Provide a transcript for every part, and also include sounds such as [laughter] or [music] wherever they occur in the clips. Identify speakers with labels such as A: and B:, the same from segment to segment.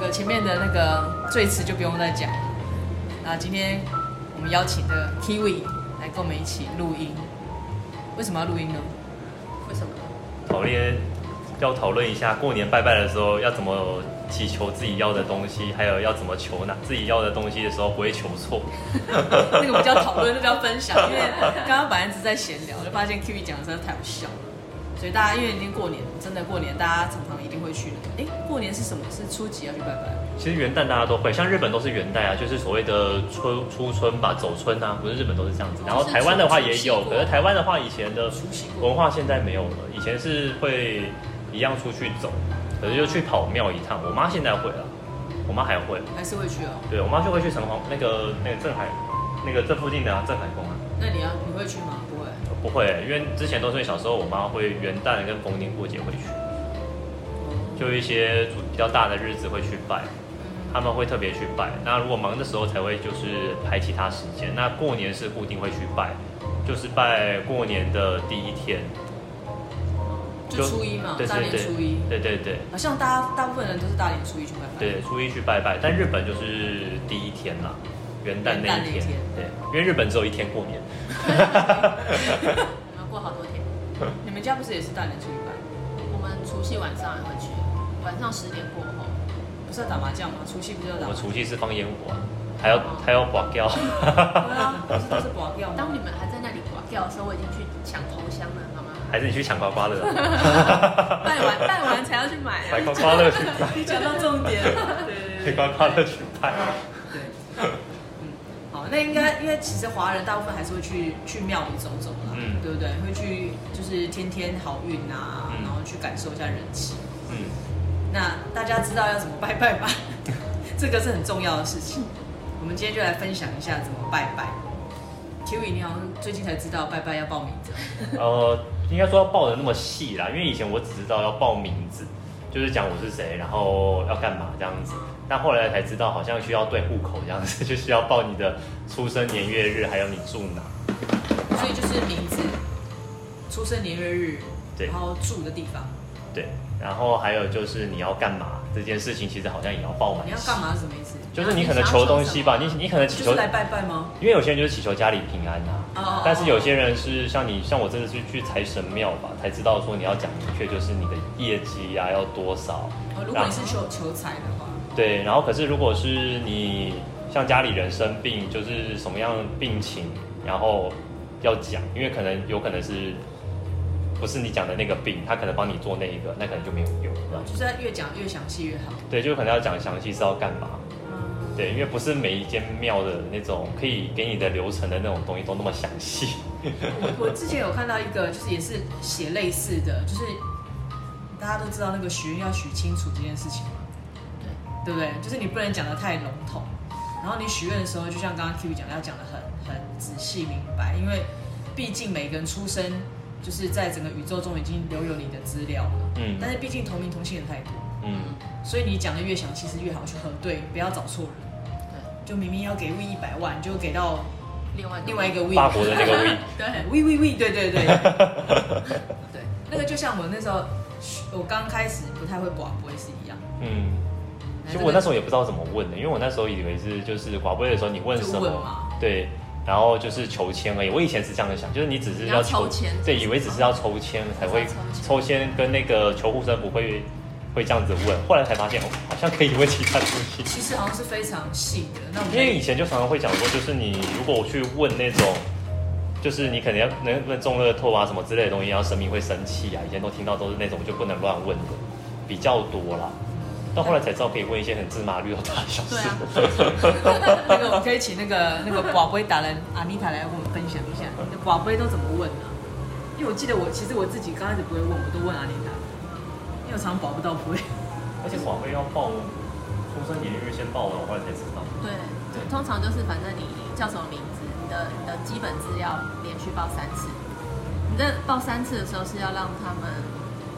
A: 们前面的那个最词就不用再讲了。那今天我们邀请的 Kiwi 来跟我们一起录音，为什么要录音呢？
B: 为什么？
C: 讨论要讨论一下过年拜拜的时候要怎么祈求自己要的东西，还有要怎么求拿自己要的东西的时候不会求错。
A: 那个不叫讨论，那个叫分享。因为刚刚本来只在闲聊，就发现 Kiwi 讲的实在太好笑了。所以大家因为已经过年，真的过年，大家常常一定会去那个，哎，过年是什么？是初几要去拜拜？
C: 其实元旦大家都会，像日本都是元旦啊，就是所谓的春初春吧，走春啊，不是日本都是这样子。然后台湾的话也有，可是台湾的话以前的文化现在没有了，以前是会一样出去走，可是就去跑庙一趟。我妈现在会了，我妈还会，
A: 还是会去哦？
C: 对我妈就会去城隍那个那个镇海那个这附近的、啊、镇海宫啊。
A: 那你要你会去吗？不会。
C: 呃不会，因为之前都是小时候我妈会元旦跟逢年过节会去，就一些主比较大的日子会去拜，他们会特别去拜。那如果忙的时候才会就是排其他时间。那过年是固定会去拜，就是拜过年的第一天，
A: 就初一嘛，
C: 对
A: 大
C: 对
A: 年
C: 对
A: 初一，，
C: 对对对
A: 好像大家大部分人都是大年初一去拜拜。
C: 对，初一去拜拜。但日本就是第一天啦，元旦那一
A: 元旦那一天
C: 天，对，因为日本只有一天过年。
B: 我们过好多
C: [laughs]
B: 天，
A: 你们家不是也是大年初一拜？
B: 我们除夕晚上也会去，晚上十点过后，
A: 不是要打麻将吗？除夕不是要打麻
C: 我们
A: 将？
C: 除夕是放烟火啊，还要还要挂掉。 [laughs]
A: 对啊，不是都是刮掉吗？
B: 当你们还在那里刮掉的时候，我已经去抢头香了，好
A: [laughs]
B: 吗？
C: 还是你去抢刮刮乐、啊，
B: 拜完拜完才要去买
C: 买
B: 啊！
C: 刮刮乐去
A: 你讲到重 [laughs] 点，对
C: 买刮刮乐去拍。
A: 对，嗯，好，那应该因为其实华人大部分还是会去去庙里走走啦，
C: 嗯
A: 对不对？会去就是天天好运啊，
C: 嗯
A: 然后去感受一下人气。
C: 嗯，
A: 那大家知道要怎么拜拜吧？ [laughs] 这个是很重要的事情。我们今天就来分享一下怎么拜拜。Kiwi，你好像最近才知道拜拜要报名的，
C: 呃，应该说要报的那么细啦，因为以前我只知道要报名字，就是讲我是谁，然后要干嘛这样子。但后来才知道，好像需要对户口这样子，就需要报你的出生年月日，还有你住哪。
A: 所以就是名字、出生年月日，
C: 对
A: 然后住的地方，
C: 对，然后还有就是你要干嘛这件事情，其实好像也要报满
A: 你
C: 细。
A: 要干嘛是什么意思？
C: 就是你可能求东西吧，你你可能祈
A: 就
C: 求
A: 是来拜拜吗？
C: 因为有些人就是祈求家里平安
A: 哦
C: 啊，但是有些人是像你，像我这次去去财神庙吧，才知道说你要讲明确就是你的业绩啊要多少
A: 哦，，如果
C: 然
A: 你
C: 后
A: 是求求财的话，
C: 对，然后可是如果是你像家里人生病，就是什么样病情，然后要讲，因为可能有可能是不是你讲的那个病，他可能帮你做那一个，那可能就没有用，这样
A: 就是要越讲越详细越好。
C: 对，就可能要讲详细是要干嘛，对，因为不是每一间庙的那种可以给你的流程的那种东西都那么详细。
A: 我我之前有看到一个，就是也是写类似的，就是大家都知道那个许愿要许清楚这件事情嘛，对对不对？就是你不能讲的太笼统，然后你许愿的时候，就像刚刚 Q 讲的，要讲的很很仔细明白，因为毕竟每个人出生就是在整个宇宙中已经留有你的资料了，
C: 嗯
A: 但是毕竟同名同姓的太多，
C: 嗯，
A: 所以你讲的越详细是越好去核对，不要找错人。就明明要给 V 一百万，就给到
B: 另外
A: 另外一个 V。
C: 法国的那个 V，
A: [laughs] 对，we we we，对
C: [laughs]
A: 对对，对，那个就像我那时候，我刚开始不太会广播也是一样。
C: 嗯，其实我那时候也不知道怎么问的，因为我那时候以为是就是寡杯的时候你问
A: 就
C: 什
A: 问嘛
C: 么，对，然后就是求签而已。我以前是这样想，就是你只是要
B: 你要抽签
C: 对，以为只是要抽签才会
B: 抽签
C: 抽签，跟那个求护身符会会这样子问，后来才发现哦，好像可以问其他东西。
A: 其实好像是非常细的，那我们
C: 因为以前就常常会讲说，就是你如果去问那种，就是你可能要能不能中乐透啊什么之类的东西，然后神明会生气啊，以前都听到都是那种就不能乱问的，比较多啦。到后来才知道可以问一些很芝麻绿豆大的小事。
B: 啊
A: 那个我可以请那个那个广播达人阿妮塔来跟我们分享一下，你的广播都怎么问呢、因为我记得我其实我自己刚开始不会问，我都问阿妮塔，因为我常常保不到不会。
C: 啊而且晚会要报出生年月日先报完，我后来才知道。
B: 对，通常就是反正你叫什么名字，你的你的基本资料连续报三次。你在报三次的时候是要让他们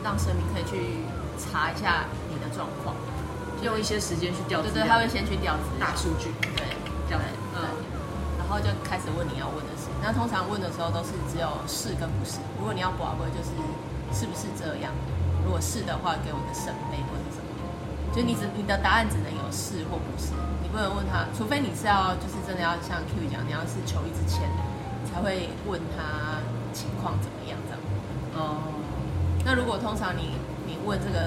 B: 让神明可以去查一下你的状况，
A: 用一些时间去调
B: 对
A: 资
B: 对，
A: 料
B: 他会先去调资料
A: 大，数据，
B: 对，
A: 这样
B: 对
A: 嗯
B: 对然后就开始问你要问的事。那通常问的时候都是只有是跟不是。如果你要卜卦，就是是不是这样？如果是的话，给我个圣杯或者什么。就你只你的答案只能有是或不是，你不能问他，除非你是要就是真的要像 Q 讲，你要是求一支签，你才会问他情况怎么样这样。
A: 哦，
B: 那如果通常你你问这个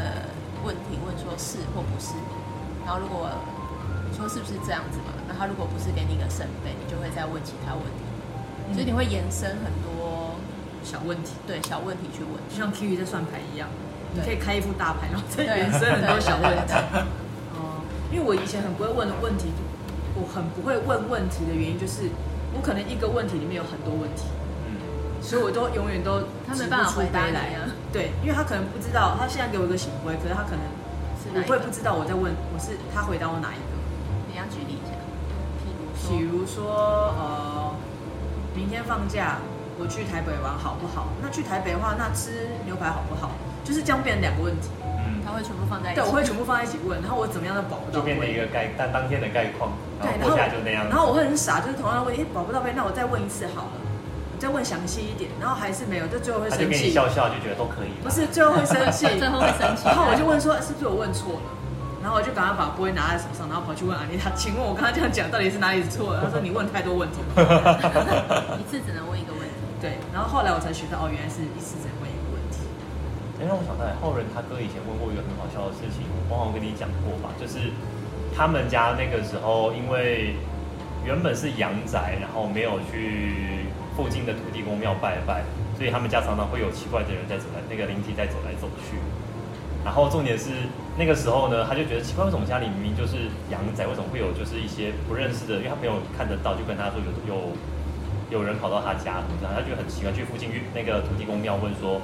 B: 问题，问说是或不是，然后如果说是不是这样子嘛，那他如果不是给你一个圣杯，你就会再问其他问题，
C: 嗯
B: 所以你会延伸很多
A: 嗯小问题，
B: 对小问题去问。
A: 就像 Kiwi 在算牌一样，你
B: 对
A: 可以开一副大牌，然后再
B: 对
A: 延伸很多小问题
B: [laughs] 对对。
A: 哦，因为我以前很不会问问题，我很不会问问题的原因就是，我可能一个问题里面有很多问题，
C: 嗯，
A: 所以我都永远都
B: 他
A: 指不
B: 没办法
A: 出
B: 回答
A: 杯
B: 你
A: 来
B: 啊。
A: 对，因为他可能不知道，他现在给我一个醒规，可是他可能
B: 是哪
A: 我
B: 一
A: 会
B: 个
A: 不
B: 哦
A: 知道我在问，我是他回答我哪一个。
B: 你要举例一下，譬如
A: 比
B: 说，
A: 如说，呃，明天放假，我去台北玩好不好？那去台北的话，那吃牛排好不好？就是这样变成两个问题，
C: 嗯
B: 他会全部放在一起。
A: 对，我会全部放在一起问，然后我怎么样都保不到
C: 就变成一
A: 位。
C: 个概当当天的概况，然
A: 对，然
C: 后过
A: 后
C: 下来就那样。
A: 然后我会很傻，就是同样的问题，哎，保不到位，那我再问一次好了，我再问详细一点，然后还是没有，就最后会
C: 他就
A: 生
C: 跟你
A: 气，
C: 笑笑，就觉得都可以。
A: 不是最后会生气，
B: [laughs] 最后会生气
A: 然后我就问说，是不是我问错了？然后我就赶快把杯拿在手上，然后跑去问阿丽塔，请问我刚刚这样讲到底是哪里错了？她说你问太多问题了。
C: [laughs]
B: 一次只能问一个问题。
A: 对，然后后来我才学到，哦，原来是一次只能问一个问
B: [laughs]
A: 题。
C: 哎，让我想到浩仁他哥以前问过一个很好笑的事情，我忘了跟你讲过吧？就是他们家那个时候，因为原本是阳宅，然后没有去附近的土地公庙拜拜，所以他们家常常会有奇怪的人在走来，那个灵体在走来走去。然后重点是那个时候呢，他就觉得奇怪，为什么家里明明就是阳宅，为什么会有就是一些不认识的？因为他没有看得到，就跟他说有有有人跑到他家什么的，他就很奇怪，去附近那个土地公庙问说，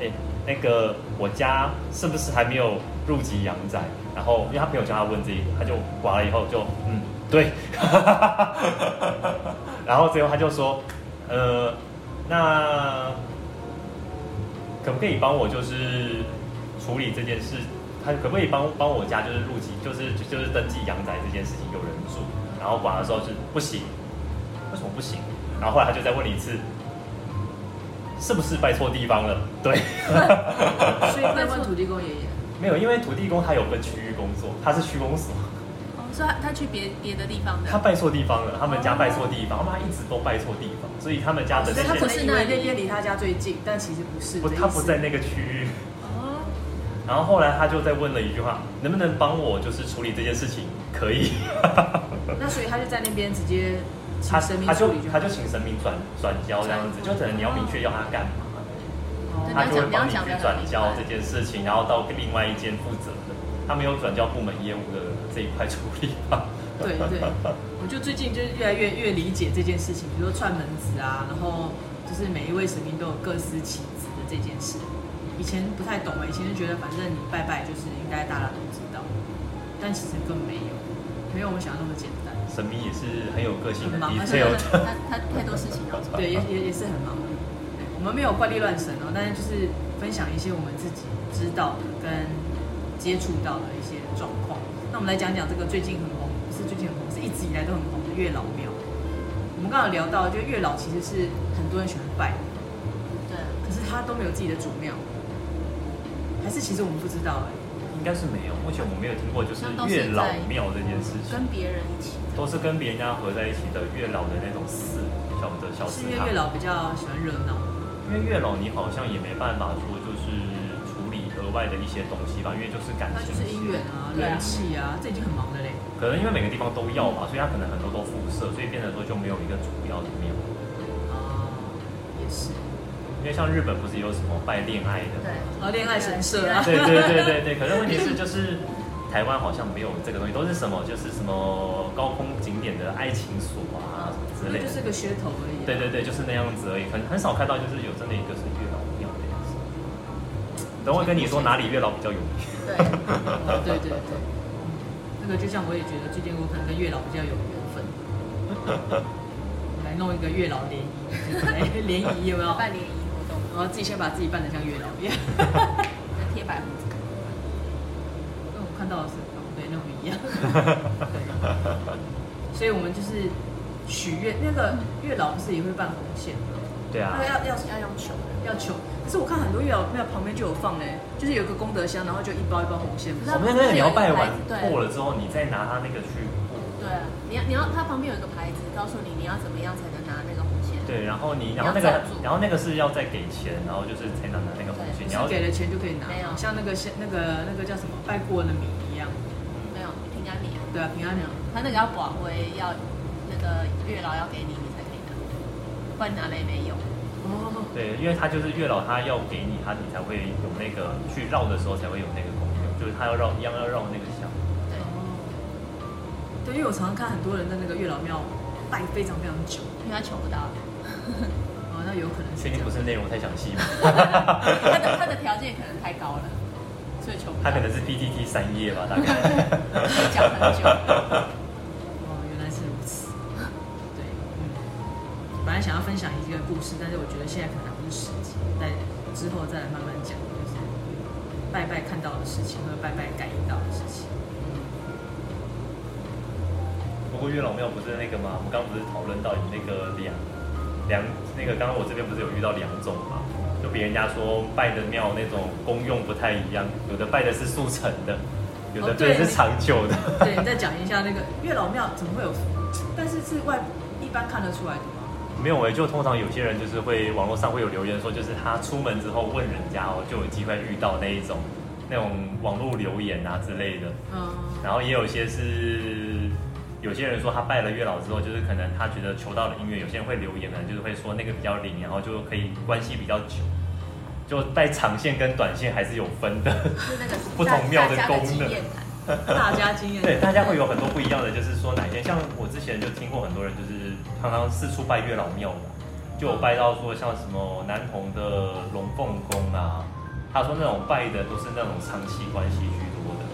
C: 哎、那个我家是不是还没有入籍阳宅？然后因为他朋友叫他问这个，他就刮了以后就嗯对， [laughs] 然后最后他就说，呃，那可不可以帮我就是处理这件事？他可不可以帮帮我家就是入籍，就是就是登记阳宅这件事情有人住？然后管的时候是不行，为什么不行？然后后来他就再问你一次，是不是拜错地方了？对，
A: 所以会问土地公爷爷，
C: 没有，因为土地公他有分区域工作，他是区公所，
B: 哦，所以他他去别别的地方的，
C: 他拜错地方了，他们家拜错地方，他妈一直都拜错地方，所以他们家的
A: 哦所
C: 那
A: 以他可
C: 些
A: 能以为那边离他家最近，但其实不是。
C: 不，
A: 这意思
C: 他不在。那个区域。
B: 哦，
C: 然后后来他就再问了一句话，能不能帮我就是处理这件事情？可以，
A: 那所以他就在那边直接
C: 他
A: 请神明
C: 他就
A: 处理就
C: 他
A: 好。
C: 就请神明转转交这样子，就可能你要明确要他干嘛，
B: 对
A: 哦
C: 他就会帮你去转交这件事情，然后到另外一间负责的，他没有转交部门业务的这一块处理吧。
A: 对对，
C: [laughs]
A: 我就最近就是越来越越理解这件事情，比如说串门子啊，然后就是每一位神明都有各司其职的这件事。以前不太懂，啊以前就觉得反正你拜拜就是应该大家都知道，但其实根本没有，没有我们想的那么简单。
C: 神明也是哦很有个性的
A: 很忙啊而且
C: detail
B: 他
C: 的。
B: 他他太多事情要做。
A: 对，也也也是很忙碌。对我们没有怪力乱神哦，但是就是分享一些我们自己知道的跟接触到的一些状况。那我们来讲讲这个最近很红，不是最近很红，是一直以来都很红的月老庙。我们刚刚有聊到，就月老其实是很多人喜欢拜，
B: 对，啊
A: 可是他都没有自己的主庙，还是其实我们不知道哎、
C: [laughs] 应该是没有，目前我没有听过就是
B: 那都是
C: 月老
B: 在
C: 庙这件事情，
B: 跟别人一起。
C: 都是跟别人家合在一起的月老的那种寺小的小
A: 是
C: 祠
A: 因为
C: 堂
A: 月。老比较喜欢热闹，
C: 因为月老你好像也没办法说就是处理额外的一些东西吧，因为就是感
A: 他就
C: 情
A: 是
C: 线
A: 姻缘啊、
B: 对啊
A: 人气啊，这已经很忙了嘞。
C: 可能因为每个地方都要
A: 嗯
C: 嘛，所以它可能很多都辐射，所以变成说就没有一个主要的庙。
A: 哦，也是，
C: 因为像日本不是有什么拜恋爱的
B: 对
C: 吗？，
A: 哦，恋爱神社啊。
C: 对对对对对，可是问题是就是台湾好像没有这个东西，都是什么就是什么高空景点的爱情所啊什么之
A: 那就
C: 类的。
A: 是个噱头而已、啊
C: 对，对对，就是那样子而已，很很少看到就是有真的一个是月老庙的样子。等我跟你说哪里月老比较有名。
B: 对，
A: 哦 [laughs] 对对对，那个就像我也觉得最近我可能跟月老比较有缘分，来弄一个月老联谊之类的，联谊有没有？
B: 办联谊活动，
A: 然后自己先把自己扮得像月老一样。
B: 那贴白胡子。
A: 那我看到的是，哦，对，那不一样。对，所以我们就是许愿，那个月老不是也会办红线吗？
C: 对啊
A: 那，要要
B: 要用球的，
A: 要求，可是我看很多月老庙旁边就有放哎、就是有一个功德箱，然后就一包一包红线。
B: 不
C: 我
B: 是
C: 们那个你要拜完
B: 对
C: 过了之后，你再拿它那个去
B: 对啊，你要你要它旁边有一个牌子，告诉你你要怎么样才能拿那个红线。
C: 对，然后你
B: 要
C: 然后那个
B: 赞助
C: 然后那个是要再给钱，然后就是才能拿那个红线，
B: 对
A: 是
C: 你要
A: 给了钱就可以拿
B: 没有，
A: 像那个像那个那个叫什么拜过的米一样，
B: 没有平安米啊，
A: 对啊，平安米
B: 没有，它那个要保回要那个月老要给你，你才可以拿，不然你拿了也没用。
A: 哦，
C: 对，因为他就是月老，他要给你，他你才会有那个去绕的时候才会有那个功用，就是他要绕一样要绕那个香。
B: 对，
C: 哦
A: 对，因为我常常看很多人在那个月老庙拜非常非常久，
B: 因为它求不
C: [laughs]
B: 到。
A: 哦，那有可能是这
C: 确定
A: 样
C: 不。是内容太详细吗？
B: 他的他的条件可能太高了，所以求不
C: 他
B: 到。
C: 可能是 PTT 三页吧，大概。
B: 可以讲很
C: [laughs]
B: 久。
A: 哦，原来是如此。对，嗯，本来想要分享一个故事，但是我觉得现在可能还不是时机，在之后再来慢慢讲，就是拜拜看到的事情，或者拜拜感应到的事情。
C: 不过月老庙不是那个吗？我们刚刚不是讨论到有那个两两那个，刚刚我这边不是有遇到两种吗？就别人家说拜的庙那种功用不太一样，有的拜的是速成的，有的
A: 哦
C: 拜
A: 对
C: 的是长久的。
A: 对，你再讲一下那个月老庙怎么会有？但是是外一般看得出来的吗？
C: 没有诶、就通常有些人就是会网络上会有留言说，就是他出门之后问人家哦，就有机会遇到那一种那种网络留言啊之类的。
A: 嗯，
C: 然后也有些是有些人说他拜了月老之后，就是可能他觉得求到了姻缘，有些人会留言呢，啊就是会说那个比较灵，然后就可以关系比较久。就拜长线跟短线还是有分的，
B: 是那个
C: 不同庙的功能
B: 大家经验啊谈
A: 大家经验
C: 对，大家会有很多不一样的，就是说哪一天，像我之前就听过很多人就是常常四处拜月老庙嘛，就有拜到说像什么南同的龙凤宫啊，他说那种拜的都是那种长期关系居多的，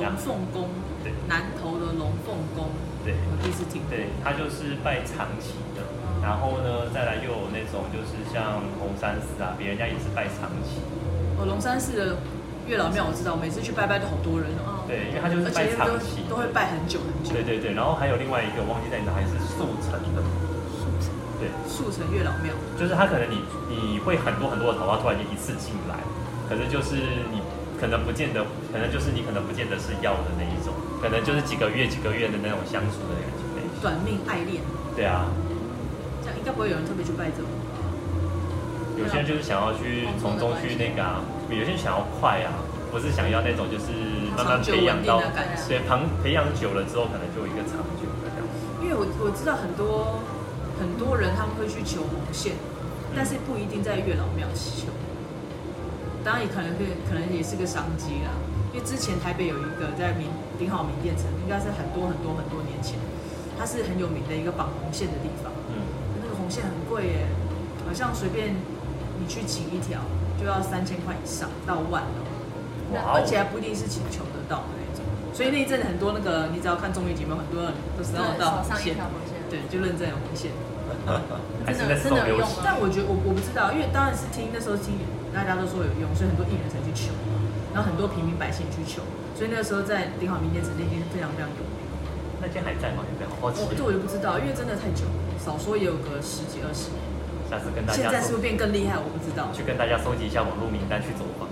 A: 龙凤宫，
C: 对
A: 南投的龙凤宫，
C: 对
A: 我第一次听。
C: 对，他就是拜长期的，然后呢再来又有那种就是像红山寺啊，别人家也是拜长期，
A: 哦，龙山寺的月老庙我知道，每次去拜拜都好多人哦，
B: 哦，
C: 对，因为他就是
A: 而
C: 拜
A: 且
C: 长
A: 都
C: 期的
A: 都会拜很久很久。
C: 对对对，然后还有另外一个忘记在哪里是速成的，对。
A: 速成月老庙，
C: 就是他可能你你会很多很多的桃花突然间一次进来，可是就是你可能不见得，可能就是你可能不见得是要的那一种，可能就是几个月几个月的那种相处的感觉类型。
A: 短命爱恋，
C: 对啊，
A: 这样应该不会有人特别去拜这个吧？
C: 有些人就是想要去从中去那个啊，有些人想要快啊，不是想要那种就是慢慢
A: 长久
C: 培养
A: 稳定
C: 到
A: 的，感
C: 对
A: 情。，
C: 旁培养久了之后，可能就有一个长久的这样子。
A: 因为我我知道很多很多人他们会去求红线，但是不一定在月老庙求，呃当然也可能会可能也是个啊商机啦。因为之前台北有一个在明顶好名店城，应该是很多很多很多年前，它是很有名的一个绑红线的地方。
C: 嗯，
A: 那个红线很贵耶，好像随便你去请一条就要三千块以上到万哦，
C: 哇
A: 而且啊还
C: 哦，
A: 不一定是请求得到的那种。所以那一阵很多那个，你只要看综艺节目，很多人都是
B: 对
A: 要到
B: 手
A: 红
B: 上一
A: 线
B: 条，红线，
A: 对，就认证有红线。
C: 还是那时候
B: 真的
C: 流
B: 有用啊
C: 行
B: 吗。
A: 但我觉得我我不知道，因为当然是听那时候听大家都说有用，所以很多艺人才去求，然后很多平民百姓去求，所以那个时候在顶好民间城那间非常非常有名。
C: 那间还在吗？有没有？好好奇啊
A: 我，这我就不知道，因为真的太久了，少说也有个十几二十年。
C: 下次跟大
A: 现
C: 家
A: 在是不
C: 说
A: 是变更厉害？我不知道。
C: 去跟大家收集一下网络名单去走访。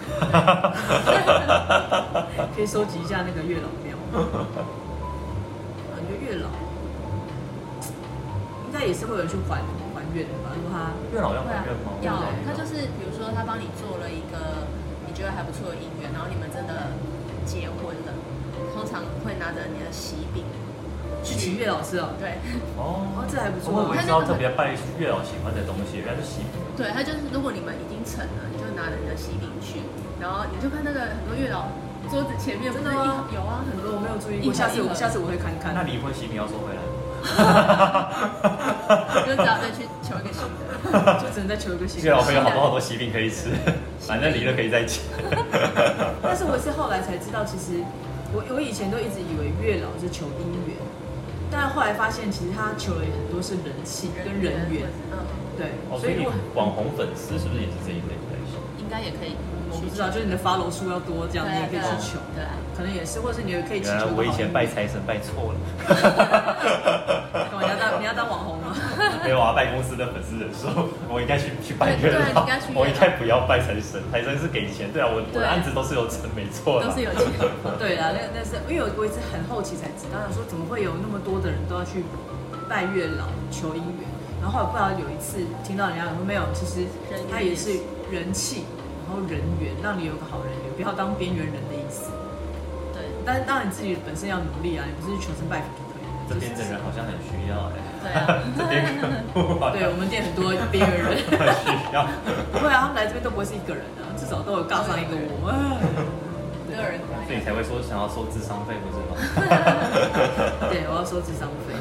A: 可以收集一下那个月老庙。感觉月老应该也是会有人去还还愿的吧？如果他
C: 月老要
B: 对
C: 还
B: 啊
C: 愿吗？，
B: 要他就是比如说他帮你做了一个你觉得还不错的姻缘，然后你们真的结婚了，通常会拿着你的喜饼
A: 去请月老师哦，
B: 对 [laughs]
A: 哦
C: 哦，
A: 这还不错
C: 我以为
B: 他
C: 是
B: 那
C: 要
B: 个
C: 特别拜月老喜欢的东西，原来是喜饼。
B: 对，他就是如果你们已经成了，你就拿着你的喜饼去，然后你就看那个很多月老桌子前面不是
A: 真的吗
B: 一有啊，
A: 很
B: 很
A: 多
B: 多
A: 我没有注意
B: 一
A: 过，
B: 盒
A: 下次
B: 一
A: 我
B: 盒
A: 下次我会看
B: 嗯
C: 那
A: 看。
C: 离婚喜饼要收回来吗？
B: 就只要再去求一个新的。
A: 就只能再求一个新
C: 月老朋友
A: 的。
C: 好不好多喜饼可以吃，反正离了可以再请。
B: [laughs]
A: 但是我是后来才知道，其实我我以前都一直以为月老是求姻缘，但后来发现其实他求了很多是人气跟人缘，
B: 嗯，
A: 对
C: 哦，，所
A: 所
C: 以
A: 以
C: 你
A: 我
C: 网红粉丝是不是也是这一类类型？
B: 应应该也可以
A: 我
B: 去求。
A: 不知道，就是你的 follow 数要多，这样你
B: 对啊
A: 也可以
B: 对啊
A: 去求，
B: 对啊，
A: 可能也是，或者是你也可以祈
C: 原来
A: 求。
C: 我以前拜，财神拜错了，
A: 干嘛你要当你要当网红吗？
C: 没有啊，拜公司的粉丝人数，我应该去去拜
B: 对
C: 月
B: 对
C: 老
B: 你应该去月，
C: 我
B: 老
C: 应该不要拜财神，财神是给钱，对啊，我我
B: 对
C: 的案子都是有成，没错
B: 都
C: 啦
B: 是。有钱。
A: 对啦，那那是因为我一直很后期才知道，想说怎么会有那么多的人都要去拜月老求姻缘，然后后来不知道有一次听到人家说没有，其实
B: 人缘
A: 他也是人气，然后人缘，让你有个好人缘，不要当边缘人的意思。
B: 对
A: 但是当然你自己本身要努力啊，你不是求神拜佛就可以了。
C: 这边的人好像很需
B: [laughs]
C: 要哎，
B: 对啊，
C: 这边 [laughs] 客户好
A: 对
C: 像
A: 我们店很多边缘人， [laughs]
C: 很需要。
A: 不会啊，他们来这边都不会是一个人啊，至少都有杠上一个我。
B: 没有人管
C: 所以
B: 你
C: 你。才会说想要收智商费，不是吗？
A: [laughs] 对，我要收智商费，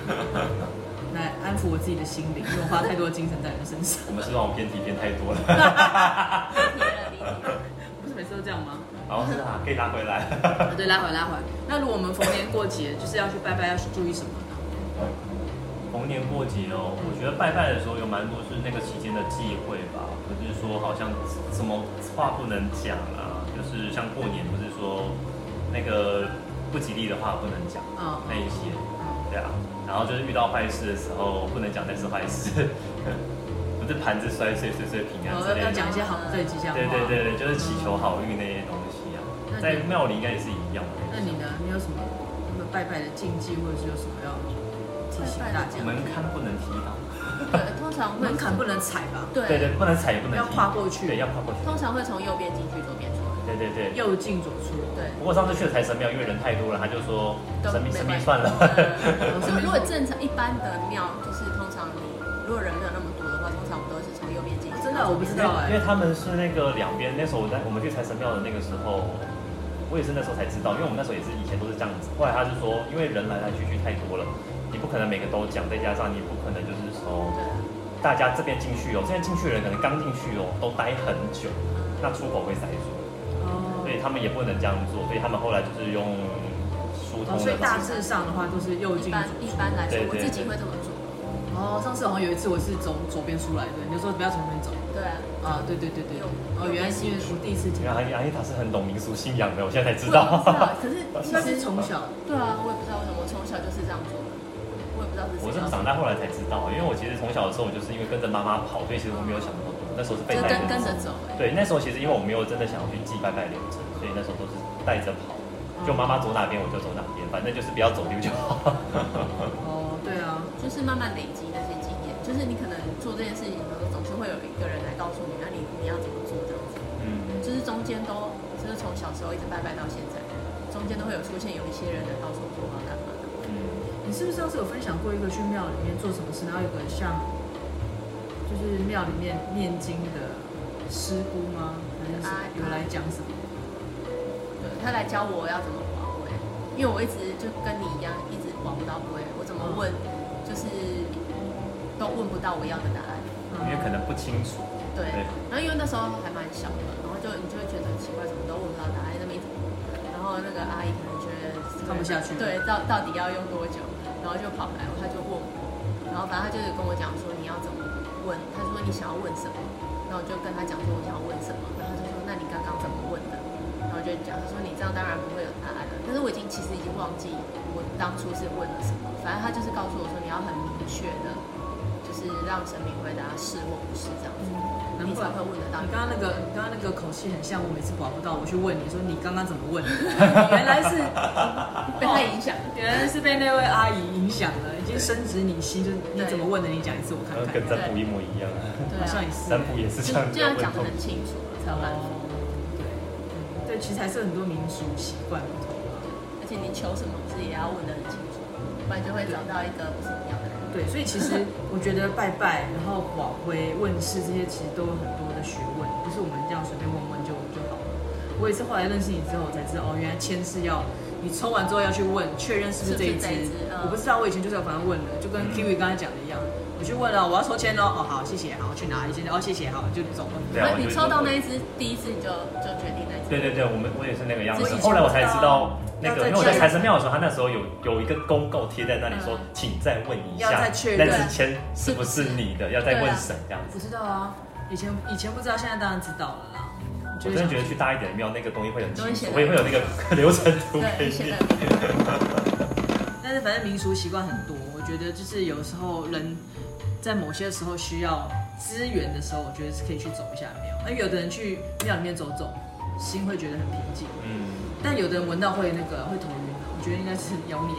A: [laughs] 来安抚我自己的心灵，因为我花太多的精神在人身上。
C: 我们是让我偏题偏太多了。
B: 离题了离题了
A: 不是每次都这样吗？
C: [laughs]
A: 啊
C: 好，是啊，可以拿回来。
A: 对，拉回来拉回来。那如果我们逢年过节就是要去拜拜，要注意什么呢？
C: 逢年过节哦，我觉得拜拜的时候有蛮多是那个期间的忌讳吧，不是说好像什么话不能讲啊，就是像过年不是说那个不吉利的话不能讲
A: 嗯
C: 那一些，对啊，然后就是遇到坏事的时候不能讲那是坏事， [laughs] 不是盘子摔碎碎碎平
A: 哦
C: 安之
A: 要
C: 类
A: 要
C: 的，
A: 讲一些好对吉祥话。
C: 对对对对，就是祈求好运那些东西啊，
A: 那你
C: 在庙里应该也是一样的。
A: 那你呢？你有什么有没有拜拜的禁忌，或者是有什么要提醒大家？
C: 门槛不能踢到，
B: [laughs] 对，通常会
A: 门槛不能踩吧？
C: 对
B: 对，
C: 对，不能踩也不能
A: 要
C: 踢
A: 跨过去
C: 对，要跨过去。
B: 通常会从右边进去，左边出来。
C: 对对对。
A: 右进左出。
B: 对。
C: 不过上次去了财神庙，因为人太多了，他就说
B: 都
C: 神明
B: 没
C: 神明
B: 关系
C: 算了。
A: 我
B: 如
A: 身边
B: 果如果正常一般的庙，就是通常你如果人没有那么多的话，通常我们都是从右边进去。
A: 真的我不知
C: 因为
A: 道哎
C: 因为他们是那个两边，那时候我在我们去财神庙的那个时候，我也是那时候才知道，因为我们那时候也是以前都是这样子。后来他是说，因为人来来去去太多了，你不可能每个都讲，再加上你也不可能就是说
B: 对，
C: 大家这边进去哦，现在进去的人可能刚进去哦，都待很久，
B: 嗯
C: 那出口会塞住，所以
A: 哦。
C: 他们也不能这样做，所以他们后来就是用疏通
A: 哦，
C: 的
A: 所以大
C: 方式。
A: 致上的话都是右
B: 一
A: 进左
B: 般一
A: 出。
B: 般来说，
C: 对
B: 我
C: 对
B: 自己会这么做。
A: 哦，上次好像有一次我是走左边出来的，你就说不要从那边走。
B: 对啊，
A: 啊，对对对对。哦，原来是因为我第一次听
C: 原。来阿丽塔是很懂民俗信仰的，我现在才知
B: 我也不知
C: 道
B: 道。，可是
A: 应
B: 其
A: 该是
B: 实
A: 从小。
B: 对啊，我也不知道为什么，我从小就是这样做的，我也不知道是
C: [laughs] 我
B: 谁
C: 是
B: 啊要
C: 长大后来才知道，因为我其实从小的时候，我就是因为跟着妈妈跑，所以其实我没有想那么多。那时候是被
B: 就
C: 带
B: 跟
C: 着
B: 跟
C: 走
B: 着走哎、
C: 对，那时候其实因为我没有真的想要去祭拜拜流程，所以那时候都是带着跑，
B: 嗯
C: 就妈妈走哪边我就走哪边，反正就是不要走丢就好。 [laughs]
A: 哦，对啊。
B: 就是慢慢累积那些经验，就是你可能做这件事情的时候，总是会有一个人来告诉你，那你你要怎么做这样子，
C: 嗯，
B: 就是中间都就是从小时候一直拜拜到现在，中间都会有出现有一些人来告诉我我要干嘛。
C: 嗯
A: 你是不是上次有分享过一个去庙里面做什么事，然后有个像就是庙里面念经的师姑吗？还是什么啊有来讲什么？
B: 对，他来教我要怎么保卫，因为我一直就跟你一样，一直保不到位，我怎么问，就是都问不到我要的答案。
A: 嗯
C: 因为可能不清楚。
B: 对
C: 对，
B: 然后因为那时候还蛮小的，然后就你就会觉得很奇怪，怎么都问不到答案，那么一直问，然后那个阿姨可能觉得
A: 看不下去
B: 对，到到底要用多久，然后就跑来，她就问我，然后反正她就是跟我讲说你要怎么问，她说你想要问什么，然后我就跟她讲说我想要问什么，然后她就说那你刚刚怎么问的，然后我就讲她说你这样当然不会有答案了，但是我已经其实已经忘记我当初是问了什么，反正她就是告诉我说你要很明确的，就是让神明回答是或不是这样子。
A: 难
B: 你才
A: 怪
B: 会问得到
A: 你。刚刚那个，你刚刚那个口气很像我每次保不到，我去问你说你刚刚怎么
C: [laughs]
A: 问？原来是
B: 被他
A: 哦
B: 影响，
A: 原来是被那位阿姨影响了，已经深植你心，就是你怎么问的，你讲一次我看
C: 然后
A: 看
C: 呃跟。占卜一模一样，
B: 对
A: 好像
B: 啊，
A: 也是
C: 占卜也是这样子
B: 就就
C: 的
B: 要
C: 问
B: 讲得
C: 题。
B: 很清楚了才有办法。
A: 对，对，其实还是很多民俗习惯不同啊。
B: 而且你求什么自己也要问得很清楚，不然就会找到一个不是你要的人。
A: 对，所以其实我觉得拜拜，然后广辉、问世这些，其实都有很多的学问，不是我们这样随便问问就就好了。我也是后来认识你之后，我才知道哦，原来签是要你抽完之后要去问，确认是不是这一只
B: 是不是这一只嗯。
A: 我不知道，我以前就是反正问了，就跟
C: 嗯
A: Kiwi 刚才讲的一样，我去问了，我要抽签喽，哦好，谢谢，好去拿，一些哦谢谢，好就走了。
C: 对啊，我
B: 你
C: 就
B: 抽到那一只，第一次你就就决定那一只。
C: 对对对，我们我也是那个样
B: 自
C: 子
B: 己。
C: 后来我才知
A: 知
C: 道
A: 道
C: 那
A: 要
C: 个，
A: 再
C: 因为我在
A: 确
C: 财神庙的时候，他那时候有有一个公告贴在那里说
B: 嗯，
C: 请再问一
A: 要
C: 下
A: 再确，
C: 那
A: 认
C: 支签是不是你的，要再
B: 对啊
C: 问神这样子。
A: 不知道啊，以前以前不知道，现在当然知道了啦。我
C: 我
A: 就
C: 真
A: 会
C: 的
A: 想
C: 觉得去大一点的庙，那个东西会很
B: 都
C: 清
B: 会
C: 楚
B: 写，
C: 会会有那个流程图给
B: 对，现
C: 你
B: 在。
A: 但是反正民俗习惯很多，我觉得就是有时候人在某些时候需要资源的时候，我觉得是可以去走一下庙。那有的人去庙里面走走，心会觉得很平静，
C: 嗯，
A: 但有的人闻到会那个会头晕啊，我觉得应该是妖孽。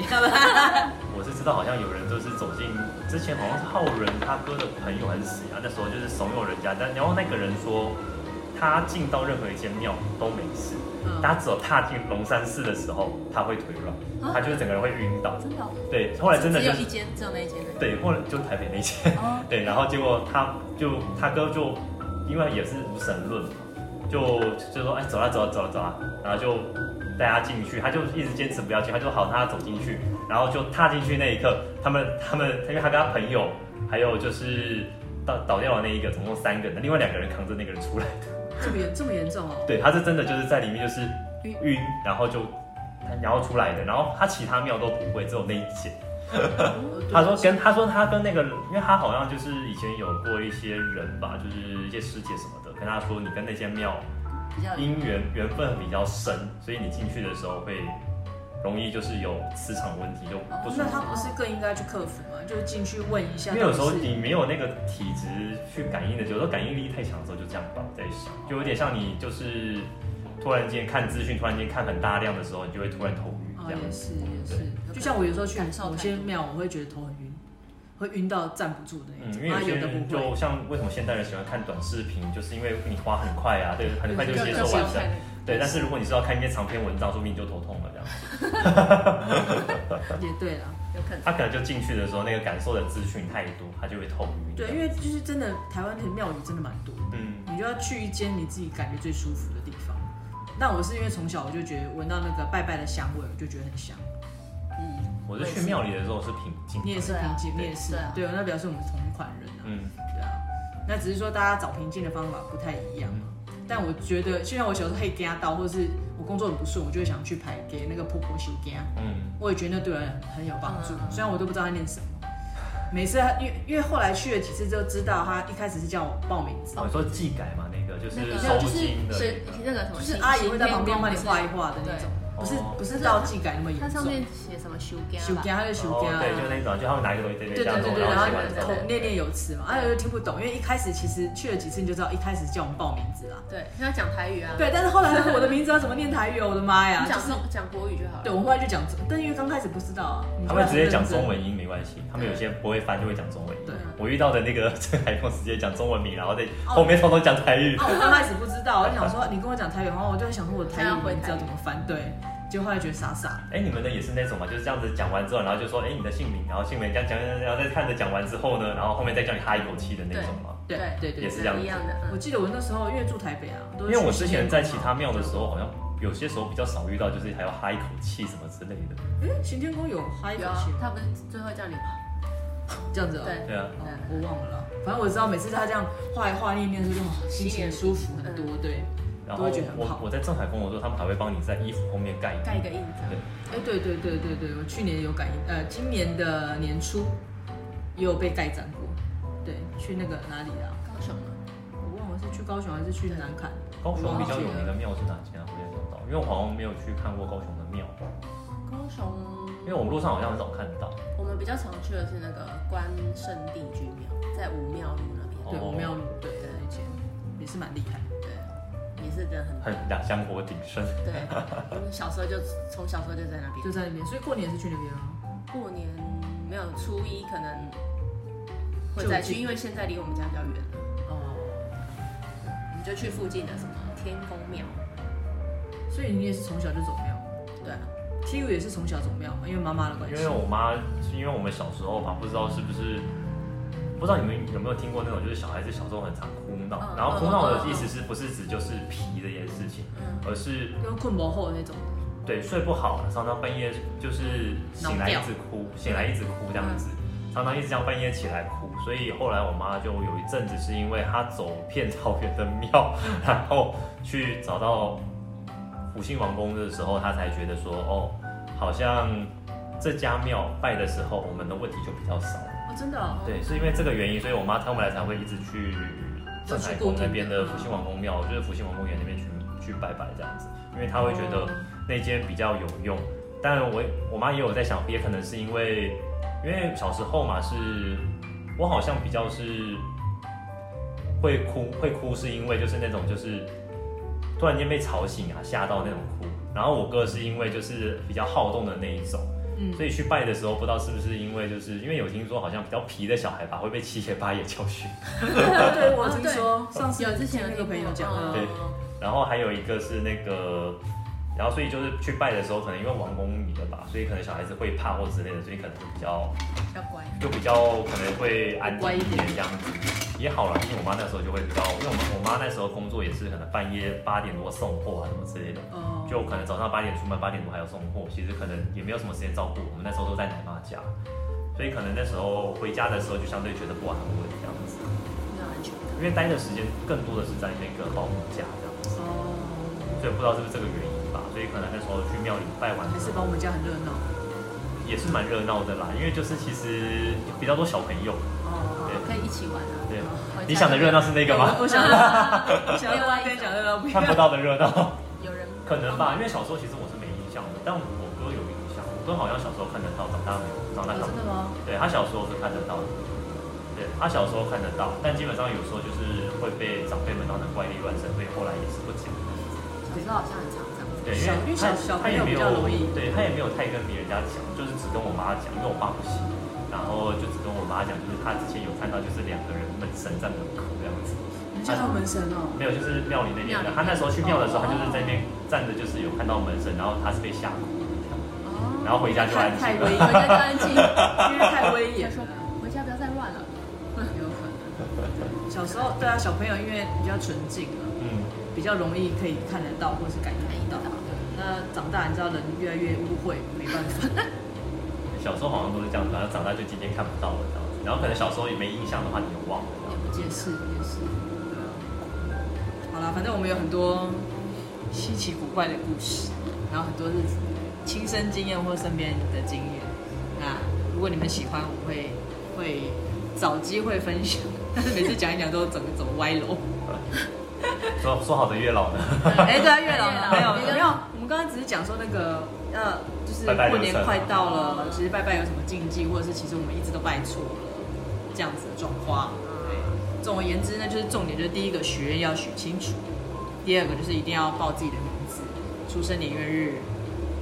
C: 我是知道，好像有人就是走进之前好像是浩仁他哥的朋友还是谁啊，那时候就是怂恿人家，但然后那个人说他进到任何一间庙都没事，
B: 嗯
C: 他只有踏进龙山寺的时候他会腿软，
B: 啊
C: 他就是整个人会晕倒。
B: 真的哦，
C: 对，后来真的
B: 只
C: 就
B: 有
C: 是
B: 一间，只有那一间而已。
C: 对，后来就台北那间。 [laughs]
B: 哦，
C: 对，然后结果他就他哥就因为也是无神论嘛，就就说哎走啦走啦走啦走啦，然后就带他进去，他就一直坚持不要进，他就好让他走进去，然后就踏进去那一刻，他们他们因为他跟他朋友还有就是倒倒掉的那一个，总共三个，那另外两个人扛着那个人出来的，
A: 这么严这么严重哦？
C: [laughs] 对，他是真的就是在里面就是
B: 晕
C: 晕，然后就然后出来的，然后他其他庙都不会，只有那一间。他说跟他说他跟那个，因为他好像就是以前有过一些人吧，就是一些师姐什么的，跟他说你跟那间庙
B: 比
A: 嗯
B: 较
C: 姻缘缘分比较深，所以你进去的时候会容易就是有磁场问题就不
A: 哦
C: 舒
A: 那
C: 服。
A: 他不是更应该去克服吗？就进去问一下
C: 因
A: 到
C: 为
A: 底
C: 有
A: 是。
C: 时候你没有那个体质去感应的，有时候感应力太强的时候就这样吧，我在想，就有点像你就是突然间看资讯，突然间看很大量的时候，你就会突然头晕
A: 啊，
C: 这样
A: 也
C: 子。
A: 是也是
C: 对，啊
A: 就像我有时候去
B: 感受太多
A: 某些庙，我会觉得头很晕，会晕到站不住的那
C: 嗯，因
A: 种。
C: 为有
A: 啊，
C: 些
A: 有的
C: 人
A: 不会。
C: 就像为什么现代人喜欢看短视频，就是因为你花很快啊，对，很快就
A: 对
C: 接
A: 接
C: 受
A: 受
C: 完
A: 完
C: 成
A: 成。
C: 对，但是如果你是要看一篇长篇文章，说不定你就头痛了这样。
A: 也对啦，
B: 有可能。
C: 他可能就进去的时候，那个感受的资讯太多，他就会头晕。
A: 对，因为就是真的台湾的庙宇真的蛮多的，
C: 嗯，
A: 你就要去一间你自己感觉最舒服的地方。但我是因为从小我就觉得闻到那个拜拜的香味，我就觉得很香。
B: 嗯，
C: 我是去庙里的时候是平静。
A: 你也是平静，
C: 对
A: 你
C: 啊
A: 也是
B: 对啊，
A: 对，那表示我们是同一款人啊。
C: 嗯，
A: 对啊，那只是说大家找平静的方法不太一样嘛。但我觉得，就像我小时候黑他到，或者是我工作很不顺，我就会想去排给那个婆婆修家。
C: 嗯，
A: 我也觉得那对我很有帮助，
B: 嗯
A: 虽然我都不知道他念什么。每次他因为因为后来去了几次之后，知道他一开始是叫我报名
B: 哦
A: 字，
C: 我哦说技改嘛，那个就是
B: 那个
A: 没有
C: 收
A: 就是
C: 金的那
B: 是
C: 个，
B: 那个什么，
A: 就是阿姨会在旁边帮你画一画的那种，不是
C: 哦
A: 不是啊到技改那么严
B: 它上
A: 重
B: 面。写什么修
A: 修
B: 干吧？
A: 家他就修
C: 哦
A: 家，
C: 对，就那种，就他们拿一个东西在那
A: 对对
C: 边这样
A: 对
C: 弄，
A: 对，然
C: 然
A: 后
C: 后写完
A: 你
C: 之后
A: 口，念念有词嘛，哎，我就听不懂，因为一开始其实去了几次你就知道，一开始叫我们报名字啦。
B: 对，他要讲台语啊。，
A: 对，但是后来我的名字要怎么念台语，我的妈呀！就
B: 讲
A: 是
B: 中讲国语就好了。
A: 对，我后来就讲中，但因为刚开始不知道啊，你
C: 他
A: 就
C: 们
A: 要
C: 直接讲
A: 认真
C: 中。文音没关系，他们有些不会翻就会讲中文音。
A: 对
B: 啊
C: 我遇到的那个 [laughs] 陈海峰直接讲中文名，然后在
A: 哦
C: 后面偷偷讲台语
A: 啊，。我刚开始不知道，我就想说你跟我讲台语，然后我就在想说我台语名字要怎么翻，对，结果后来觉得傻傻。
C: 哎，你们的也是那种嘛，就是这样子讲完之后，然后就说，哎，你的姓名，然后姓名讲讲，讲然后再看着讲完之后呢，然后后面再叫你哈一口气的那种嘛。
A: 对
B: 对
A: 对对，
C: 也是
A: 对
C: 这样子
B: 一样的。
A: 我
B: 嗯
A: 记得我那时候因为住台北啊，都是
C: 因为我
A: 去
C: 之前在
A: 行
C: 其
A: 天宫
C: 他庙的
A: 嘛
C: 时候，，好像有些时候比较少遇到，就是还要哈一口气什么之类的。
A: 哎，行天宫有哈一口
B: 有啊
A: 气，吗
B: 他不是最后叫你
A: 这样子哦，
B: 对
C: 对啊，
A: 哦，我忘了啦，反正我知道每次他这样画一画念一念，就哇，心情舒服很多，对，
C: 然
A: 都
C: 后
A: 会觉得很
C: 我
A: 好。
C: 我在正海峰的时候，他们还会帮你在衣服后面盖一个
B: 盖一个印章。
C: 对，
A: 哎，对对对对对，我去年有感应，呃，今年的年初也有被盖章过。对，去那个哪里啊？
B: 高雄嘛，
A: 我忘了是去高雄还是去南坎。
C: 高雄比较有
A: 我
C: 名
A: 忘记
C: 的
A: 了。
C: 庙是哪间啊？我也不知道，因为我好像没有去看过高雄的庙，
B: 高雄。
C: 因为我们路上好像很少看到。
B: 我们比较常去的是那个关圣帝君庙，在武庙路那边。
A: 对，
C: 哦
A: 我庙路对的那间也是蛮厉害。
B: 对，也是人很
C: 很两香火鼎盛，
B: 对。我们小时候就从小时候就在那
A: 就
B: 边，
A: 在那边，所以过年也是去那边啊。
B: 过年没有初一可能会再
A: 就
B: 去，
A: 近
B: 因为现在离我们家比较远，
A: 哦，
B: 我们就去附近的什么天宫庙。
A: 所以你也是从小就走庙
B: 对啊，
A: ，T U 也是从小走庙嘛，因为妈妈的关
C: 因
A: 系。
C: 为我妈，因为我们小时候吧，不知道是不是，不知道你们有没有听过那种，就是小孩子小时候很常哭闹，
B: 嗯
C: 然后哭闹的意思是不是指就是皮这件事情，
B: 嗯，
C: 而是
A: 因为困薄后那种，
C: 对睡不好，常常半夜就是醒来一直哭，醒来一直哭这样子，常常一直这样半夜起来哭，所以后来我妈就有一阵子是因为她走遍草原的庙， [laughs] 然后去找到福星王宫的时候，她才觉得说哦，好像这家庙拜的时候，我们的问题就比较少。
A: 哦，真的哦，
C: 对，是因为这个原因，所以我妈他们来才会一直去上海宫那边的福星王公庙，就是福星王公园那边去去拜拜这样子，因为他会觉得那间比较有用。当然我我妈也有在想，也可能是因为因为小时候嘛，是我好像比较是会哭会哭，是因为就是那种就是突然间被吵醒啊，吓到那种哭。然后我哥是因为就是比较好动的那一种，
A: 嗯
C: 所以去拜的时候，不知道是不是因为就是因为有听说好像比较皮的小孩吧，会被七爷八爷教训。
A: 对，我
B: 哦
A: 听
B: 对
A: 说上次
B: 有之
A: 听
B: 前有
A: 那个朋友讲，
B: 听过
A: 嗯
C: 对然后还有一个是那个，然后所以就是去拜的时候，可能因为王宫里的吧，所以可能小孩子会怕或之类的，所以可能就比较
B: 比较乖。
C: 就比较可能会安静一点这样子，也好了。因为我妈那时候就会比较，因为我妈我妈那时候工作也是可能半夜八点多送货啊什么之类的，
A: 哦，
C: 就可能早上八点出门，八点多还要送货，其实可能也没有什么时间照顾。我们那时候都在奶妈家，所以可能那时候回家的时候就相对觉得不安稳这样子，
B: 没有安全感。
C: 因为待的时间更多的是在那个保姆家这样子，
A: 哦，
C: 所以不知道是不是这个原因吧，所以可能那时候去庙里拜完
A: 还是把我们家很热闹
C: 也是蛮热闹的啦，因为就是其实比较多小朋友，
A: 哦。
C: 对
B: 可以一起玩啊。
C: 对，
B: 回家
C: 你想的热闹是那个吗？
A: 我想，我想要跟你讲热闹不一
C: 看不
A: 样。
C: 到的热闹，
B: 有人
C: 可能吧，因为小时候其实我是没印象的，但我哥有印象，我哥好像小时候看得到，长大没有，啊长大
B: 哦
C: 看不到
B: 真。的吗？
C: 对他小时候是看得到的，对他小时候看得到，但基本上有时候就是会被长辈们当成怪力乱神，所以后来也是不讲。
B: 小时候好像很常这样子。
C: 对，
A: 小
C: 因为
A: 小
C: 他
A: 小
C: 他也没
A: 朋友比较容易
C: 对他也没有太跟别人家讲，就是只跟我妈讲，因为我爸不信，然后就只跟我妈讲，就是他之前有看到就是两个人门神在门口这样子，
A: 你叫他门神哦，
C: 没有就是庙里那边的，他那时候去庙的时候，他就是在那边站着，就是有看到门神，然后他是被吓哭的这样，
B: 哦
C: 然后回家就安
A: 太太
C: 静了
A: 威。
B: 回家就安静。
A: 因为太威严
B: 他说
A: 了。
B: 回家不要再乱了。 [laughs]
A: 有可能。小时候，对啊，小朋友因为比较纯净啊，
C: [laughs] 嗯，
A: 比较容易可以看得到或是感觉得到。对，那长大你知道人越来越污秽，没办法。
C: 小时候好像都是这样子，然后长大就渐渐看不到了这样子，然后可能小时候也没印象的话，你就忘了这样子。
A: 也是也是，对啊。好啦，反正我们有很多稀奇古怪的故事，然后很多是亲身经验或身边的经验。那如果你们喜欢，我会会找机会分享，但是每次讲一讲都整个走歪楼。
C: 说说好的月老呢？ [laughs]
A: 哎，对啊，月老
B: 月
A: 呢
B: 老
A: 没有没有，我们刚刚只是讲说那个呃，就是
C: 拜拜
A: 过
C: 流
A: 年
C: 程
A: 快到了，其实拜拜有什么禁忌，或者是其实我们一直都拜错了这样子的状况。对，总而言之呢，就是重点就是第一个许愿要许清楚，第二个就是一定要报自己的名字、出生年月日、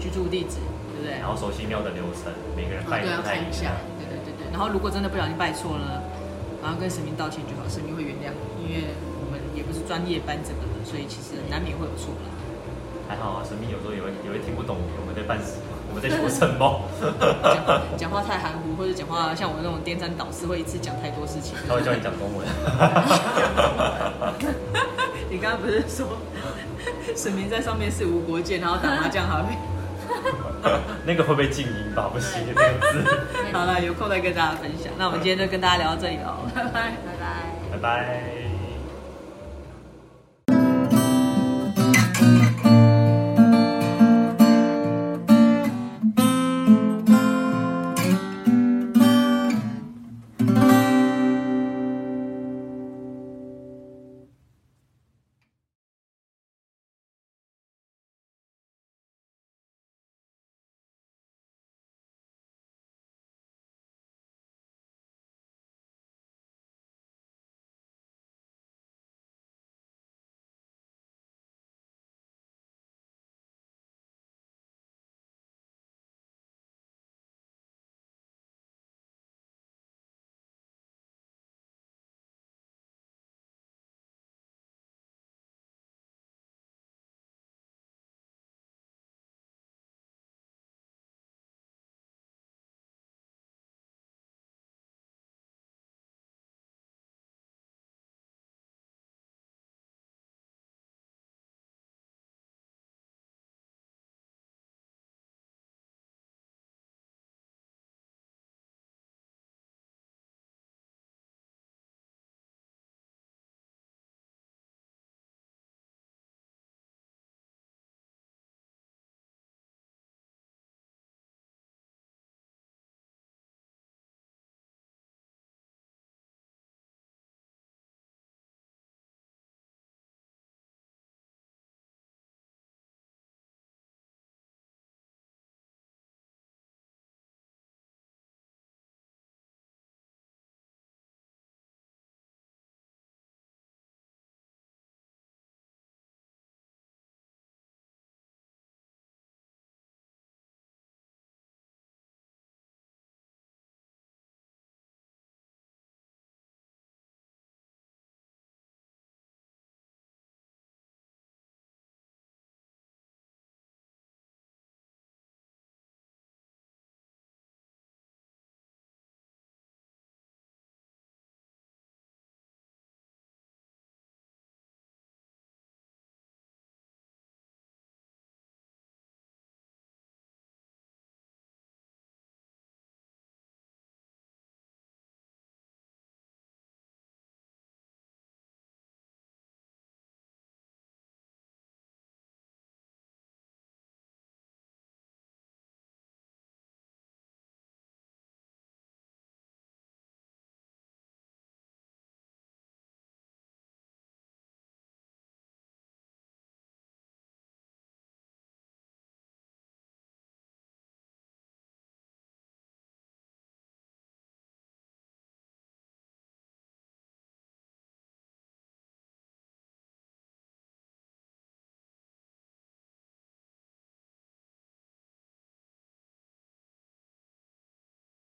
A: 居住地址，对不对？
C: 然后熟悉庙的流程，每个人
A: 哦
C: 拜啊
A: 对，要
C: 不
A: 看
C: 太
A: 一
C: 一
A: 下
C: 样。。
A: 对对对对。然后如果真的不小心拜错了，然后跟神明道歉就好，神明会原谅你，因为我们也不是专业班这个的，所以其实难免会有错啦。
C: 还好啊，神明有时候也会也会听不懂我们在办什么，我们在说什么，
A: 讲讲话太含糊，或者讲话像我那种颠三倒四，会一次讲太多事情。 [laughs]
C: 他会教你讲中文。 [laughs]
A: 你刚刚不是说 [laughs] 神明在上面是无国界，然后打麻将还会？
C: 那个会不会静音吧？不行，那个字。
A: 好了，有空再跟大家分享。那我们今天就跟大家聊到这里喽，拜拜。
C: 拜
B: 拜拜。
C: 拜。